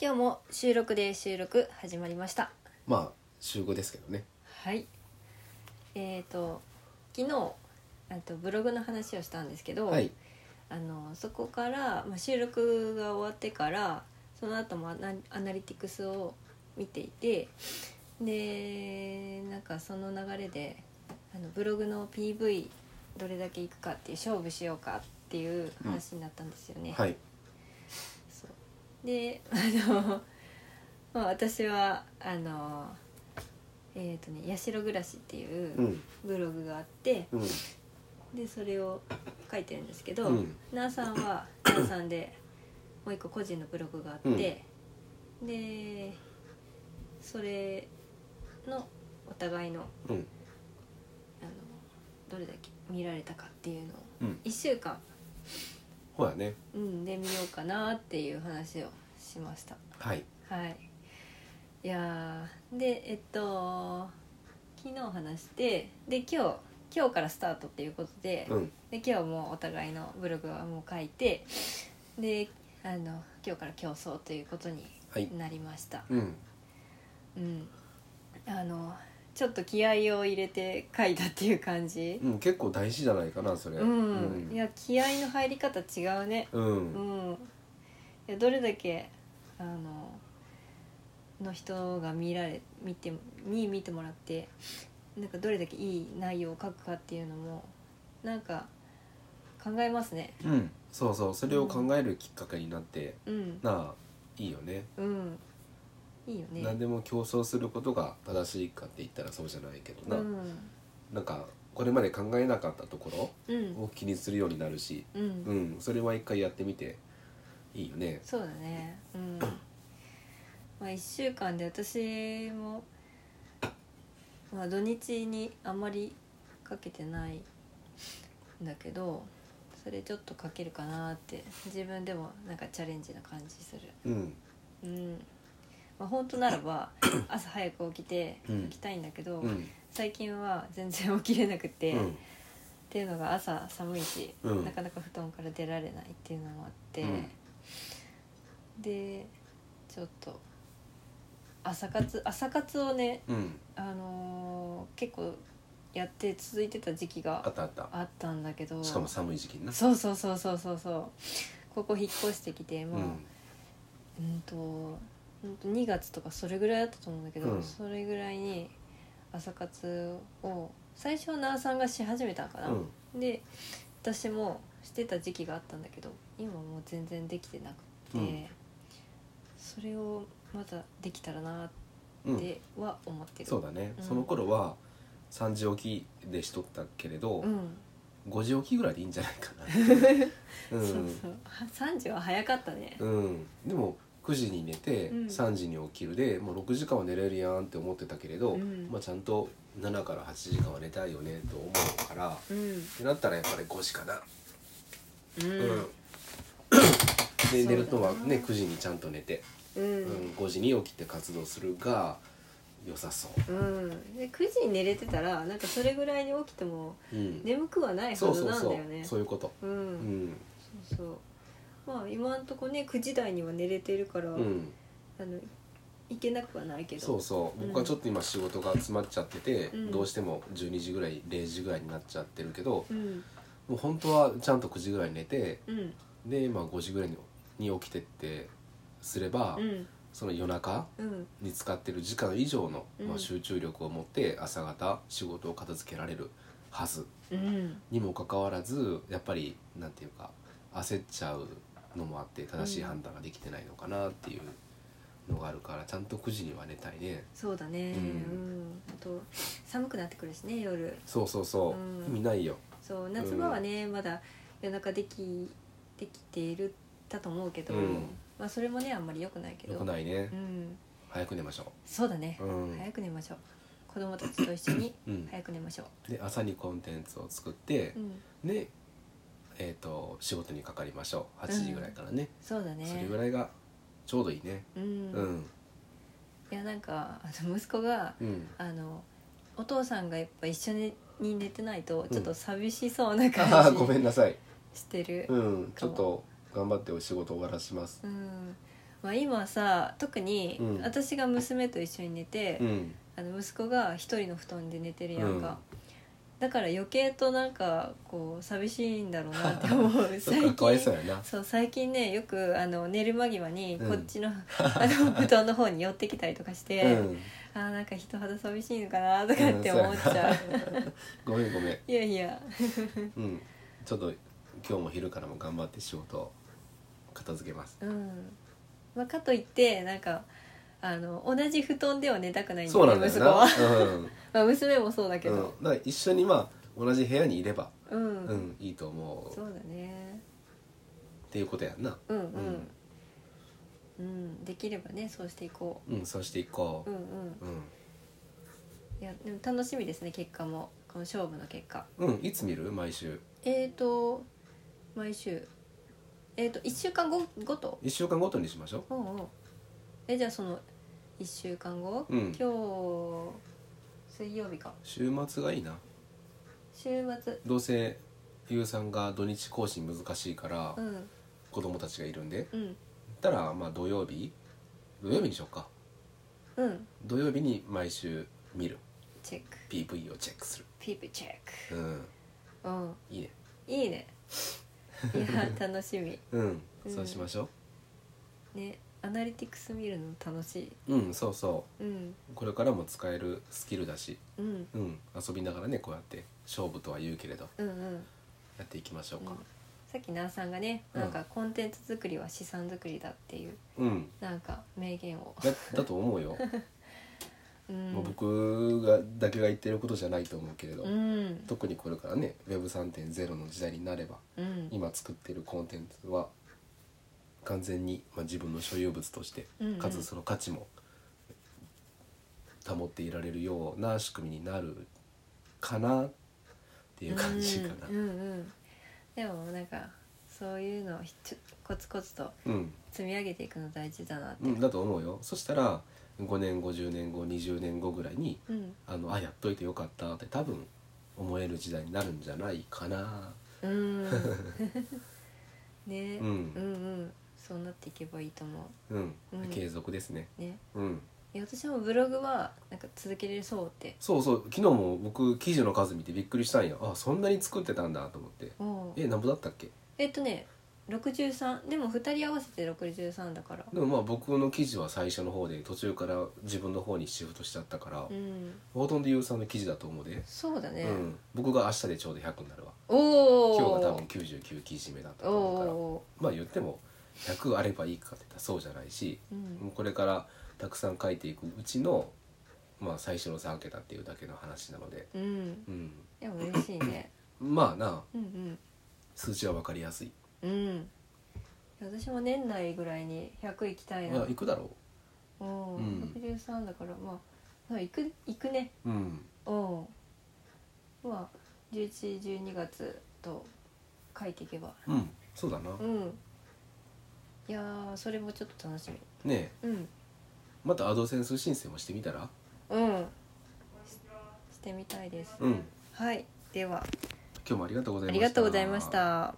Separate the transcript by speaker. Speaker 1: 今日も収録で収録始まりました
Speaker 2: まあ集合ですけどね
Speaker 1: はいえー、と昨日あとブログの話をしたんですけど、
Speaker 2: はい
Speaker 1: あのそこから、まあ、収録が終わってからその後もアナアナリティクスを見ていてでなんかその流れであのブログの PV どれだけいくかっていう勝負しようかっていう話になったんですよね。
Speaker 2: はい
Speaker 1: そうであの、まあ、私はあのえっ、とね「やしろ暮らし」っていううんブログがあって、
Speaker 2: うん
Speaker 1: でそれを書いてるんですけど、
Speaker 2: うん
Speaker 1: なあさんはなあさんでもう一個個人のブログがあって、でそれのお互いの
Speaker 2: うん
Speaker 1: あのどれだけ見られたかっていうのを
Speaker 2: うん
Speaker 1: 1週間、
Speaker 2: ほらね
Speaker 1: うん、で見ようかなっていう話をしました。
Speaker 2: はい
Speaker 1: はい、いやーでえっと昨日話してで今日今日からスタートっていうことで,、
Speaker 2: うん
Speaker 1: で今日もお互いのブログはもう書いてであの今日から競争ということに
Speaker 2: はい
Speaker 1: なりました、
Speaker 2: うん
Speaker 1: うん、あのちょっと気合を入れて書いたっていう感じ
Speaker 2: うん結構大事じゃないかなそれ
Speaker 1: うん、
Speaker 2: うん
Speaker 1: いや気合の入り方違うね
Speaker 2: うん
Speaker 1: うん、いやどれだけあのの人が見られ見てに見てもらってなんかどれだけいい内容を書くかっていうのもなんか考えますね
Speaker 2: うんそうそうそれを考えるきっかけになって
Speaker 1: うん
Speaker 2: なあいいよね
Speaker 1: うんいいよね
Speaker 2: 何でも競争することが正しいかって言ったらそうじゃないけど
Speaker 1: う
Speaker 2: な、
Speaker 1: ん
Speaker 2: なんかこれまで考えなかったとこ
Speaker 1: う
Speaker 2: ろ
Speaker 1: ん
Speaker 2: を気にするようになるし
Speaker 1: うん、
Speaker 2: うんそれは一回やってみていいよね
Speaker 1: そうだね うんまあ1週間で私も、まあ、土日にあんまりかけてないんだけどそれちょっとかけるかなって自分でもなんかチャレンジな感じする
Speaker 2: うん
Speaker 1: うんまあ本当ならば朝早く起きて
Speaker 2: うん
Speaker 1: 起きたいんだけど、
Speaker 2: うん
Speaker 1: 最近は全然起きれなくて、
Speaker 2: う
Speaker 1: っ
Speaker 2: ん
Speaker 1: ていうのが朝寒いし、
Speaker 2: うん
Speaker 1: なかなか布団から出られないっていうのもあって、
Speaker 2: うん
Speaker 1: でちょっと朝活朝活をね、
Speaker 2: うん
Speaker 1: あのー結構やって続いてた時期
Speaker 2: あ
Speaker 1: が
Speaker 2: ったあった
Speaker 1: あったんだけど
Speaker 2: しかも寒い時期にな
Speaker 1: そうそうそうそうそうそうここ引っ越してきてもう、うん、とうんと2月とかそれぐらいだったと思うんだけど、
Speaker 2: うん
Speaker 1: それぐらいに朝活を最初はなあさんがし始めたのかな、
Speaker 2: うん
Speaker 1: で私もしてた時期があったんだけど今もう全然できてなくて、
Speaker 2: うん
Speaker 1: それをまたできたらなっ
Speaker 2: うん、
Speaker 1: ては思ってる、
Speaker 2: そうだね、
Speaker 1: うん
Speaker 2: その頃は3時起きでしとったけれど、
Speaker 1: うん
Speaker 2: 5時起きぐらいでいいんじゃないかな う
Speaker 1: そうんそうは3時は早かったね
Speaker 2: うん、でも9時に寝て
Speaker 1: うん
Speaker 2: 3時に起きるで、もう6時間は寝れるやんって思ってたけれど、
Speaker 1: うん
Speaker 2: まあ、ちゃんと7から8時間は寝たいよねと思うからっ
Speaker 1: うん
Speaker 2: てなったらやっぱり5時かな、
Speaker 1: うん
Speaker 2: う
Speaker 1: うん、
Speaker 2: で寝るとは
Speaker 1: そうだ
Speaker 2: ね
Speaker 1: な
Speaker 2: 9時にちゃんと寝て、うん、5時に起きて活動するが良さそ
Speaker 1: うんで9時に寝れてたらなんかそれぐらいに起きても
Speaker 2: う、うん、
Speaker 1: 眠くはない
Speaker 2: そ
Speaker 1: は
Speaker 2: う
Speaker 1: ず
Speaker 2: そう
Speaker 1: なんだ
Speaker 2: そ
Speaker 1: よ
Speaker 2: う
Speaker 1: ね
Speaker 2: そういうこと、
Speaker 1: う
Speaker 2: うんん
Speaker 1: そうそうまあ今んとこね9時台には寝れてるから、
Speaker 2: うん、
Speaker 1: あのいけなくはないけど
Speaker 2: そうそう僕はちょっと今仕事が詰まっちゃってて、
Speaker 1: うん
Speaker 2: どうしても12時ぐらい0時ぐらいになっちゃってるけど、
Speaker 1: うん
Speaker 2: もう本当はちゃんと9時ぐらいに寝て
Speaker 1: うん
Speaker 2: で、まあ、5時ぐらいにに起きてってすれば、
Speaker 1: うん
Speaker 2: その夜中
Speaker 1: うん
Speaker 2: に使ってる時間以上の、
Speaker 1: うん
Speaker 2: まあ、集中力を持って朝方仕事を片付けられるはず
Speaker 1: うん
Speaker 2: にもかかわらずやっぱりなんていうか焦っちゃうのもあって正しい判断ができてないのかなっていうのがあるからちゃんと9時には寝たいね。
Speaker 1: そうだねう
Speaker 2: うん
Speaker 1: ん、あと寒くなってくるしね夜
Speaker 2: そうそうそう、
Speaker 1: うん
Speaker 2: 意味ないよ
Speaker 1: そう夏場はね、まだ夜中できできているだと思うけど、
Speaker 2: うん
Speaker 1: まあそれもねあんまり良くないけど
Speaker 2: よくないね、
Speaker 1: うん
Speaker 2: 早く寝ましょ
Speaker 1: そうだね
Speaker 2: う、、うん
Speaker 1: 早く寝ましょう子供たちと一緒に
Speaker 2: うん、
Speaker 1: 早く寝ましょ
Speaker 2: で朝にコンテンツを作って
Speaker 1: う、う、ん、
Speaker 2: で、えー、と仕事にかかりましょう8時ぐらいからね、
Speaker 1: そうだね
Speaker 2: それぐらいがちょうどいいね
Speaker 1: うん、
Speaker 2: うん
Speaker 1: いやなんかあの息子が
Speaker 2: うん、
Speaker 1: あのお父さんがやっぱ一緒に寝てないとちょっと寂しそうな
Speaker 2: ああ
Speaker 1: 感
Speaker 2: ごめ
Speaker 1: じ
Speaker 2: んなさい
Speaker 1: してる
Speaker 2: うんちょっと頑張ってお仕事終わらします
Speaker 1: うん、まあ、今さ特に
Speaker 2: うん
Speaker 1: 私が娘と一緒に寝て、
Speaker 2: うん
Speaker 1: あの息子が一人の布団で寝てるやんか、
Speaker 2: うん
Speaker 1: だから余計となんかこう寂しいんだろうなって思う
Speaker 2: そっかかわいそうやな
Speaker 1: そう最近ねよくあの寝る間際に
Speaker 2: うん
Speaker 1: こっちの,、あの布団の方に寄ってきたりとかして、
Speaker 2: うん
Speaker 1: あーなんか人肌寂しいのかなとかって思っちゃう、
Speaker 2: ごめんごめん
Speaker 1: いやいや
Speaker 2: うんちょっと今日も昼からも頑張って仕事を片付けます
Speaker 1: うん、まあ、かといってなんかあの同じ布団では寝たくないんだ
Speaker 2: そうな
Speaker 1: よ
Speaker 2: んだ
Speaker 1: ね
Speaker 2: よ
Speaker 1: 息子
Speaker 2: な
Speaker 1: は、
Speaker 2: うん
Speaker 1: まあ、娘もそうだけ
Speaker 2: うん、だ
Speaker 1: ど
Speaker 2: から一緒にまあ同じ部屋にいれば、
Speaker 1: うん、
Speaker 2: うん、いいと思う
Speaker 1: そうだね
Speaker 2: っていうことやんな
Speaker 1: うんうん、うんできればねそうしていこ
Speaker 2: うんそうしていこ
Speaker 1: ううんうん
Speaker 2: ううん、
Speaker 1: いやでも楽しみですね結果もこの勝負の結果
Speaker 2: うん、いつ見る毎週
Speaker 1: えーと毎週えーと1週間ごごと
Speaker 2: 1週間ごとにしましょ
Speaker 1: うんうんえじゃあその1週間後、
Speaker 2: うん
Speaker 1: 今日水曜日か
Speaker 2: う週末がいいな
Speaker 1: 週末
Speaker 2: どうせゆうさんが土日更新難しいから
Speaker 1: うん
Speaker 2: 子供たちがいるんで
Speaker 1: うん
Speaker 2: たらまあ土曜日土曜日にしようか
Speaker 1: うん
Speaker 2: 土曜日に毎週見る
Speaker 1: チェック
Speaker 2: PV をチェックする
Speaker 1: ピープチェック
Speaker 2: うん
Speaker 1: うん
Speaker 2: いいね
Speaker 1: いいねいや楽しみ
Speaker 2: うん、
Speaker 1: うん
Speaker 2: そうしましょ
Speaker 1: ねアナリティクス見るの楽しいう
Speaker 2: うんそうそ
Speaker 1: うん
Speaker 2: うこれからも使えるスキルだし、
Speaker 1: うん
Speaker 2: うん、遊びながらねこうやって勝負とは言うけれど
Speaker 1: うんうん
Speaker 2: やっていきましょう
Speaker 1: う
Speaker 2: か
Speaker 1: んさっきなあさんがね
Speaker 2: うん
Speaker 1: なんかコンテンツ作りは資産作りだっていう
Speaker 2: うん、
Speaker 1: なんか名言を、
Speaker 2: だだと思うよ、
Speaker 1: うん、
Speaker 2: もう僕がだけが言ってることじゃないと思うけれど、
Speaker 1: うん
Speaker 2: 特にこれからね Web3.0 の時代になれば
Speaker 1: うん
Speaker 2: 今作ってるコンテンツは完全に、まあ、自分の所有物として
Speaker 1: うんうん
Speaker 2: かつその価値も保っていられるような仕組みになるかなっていう感じかな。
Speaker 1: うんうんうんでもなんかそういうのをひちょコツコツと
Speaker 2: うん、
Speaker 1: 積み上げていくの大事だなって
Speaker 2: うん、だと思うよそしたら5年後10年後20年後ぐらいに
Speaker 1: うん
Speaker 2: あのあやっといてよかったって多分思える時代になるんじゃないかな。
Speaker 1: うん ね、
Speaker 2: うん
Speaker 1: うんうんそうなっていけばいいと思
Speaker 2: うん
Speaker 1: うん
Speaker 2: 継続ですね、
Speaker 1: うね
Speaker 2: うん、
Speaker 1: いや私もブログはなんか続けれそうって
Speaker 2: そうそう昨日も僕記事の数見てびっくりしたんやあそんなに作ってたんだと思って
Speaker 1: おう
Speaker 2: えなんぼだったっけ
Speaker 1: えっとね63でも2人合わせて63だから
Speaker 2: でもまあ僕の記事は最初の方で途中から自分の方にシフトしちゃったから、
Speaker 1: うん
Speaker 2: ほとんどユウさんの記事だと思うで、
Speaker 1: そうだね、
Speaker 2: うん、僕が明日でちょうど100になるわ
Speaker 1: おお
Speaker 2: 今日が多分99記事目だった
Speaker 1: お
Speaker 2: と思うから
Speaker 1: お
Speaker 2: まあ言っても100あればいいかって言ったらそうじゃないし、
Speaker 1: ーうん
Speaker 2: これからたくさん書いていくうちの、まあ、最初の3桁っていうだけの話なので、
Speaker 1: うん
Speaker 2: うん、
Speaker 1: でも嬉しい ね
Speaker 2: まあな
Speaker 1: うん
Speaker 2: 数値は分かりやすい、
Speaker 1: うんうんいや私も年内ぐらいに100行きたい
Speaker 2: ま
Speaker 1: な
Speaker 2: あいくだろ
Speaker 1: おおー、
Speaker 2: うん
Speaker 1: 63だからまあ行く行くね
Speaker 2: う、うん、
Speaker 1: おおーまあ1112月と書いていけば
Speaker 2: うん、そうだな、
Speaker 1: うんいやーそれもちょっと楽し
Speaker 2: ねえ
Speaker 1: みうん
Speaker 2: またアドセンス申請もしてみたら
Speaker 1: うんししてみたいです、
Speaker 2: うん
Speaker 1: はいでは
Speaker 2: 今日もありがとうござ
Speaker 1: あ
Speaker 2: いま
Speaker 1: り
Speaker 2: した
Speaker 1: がとうございました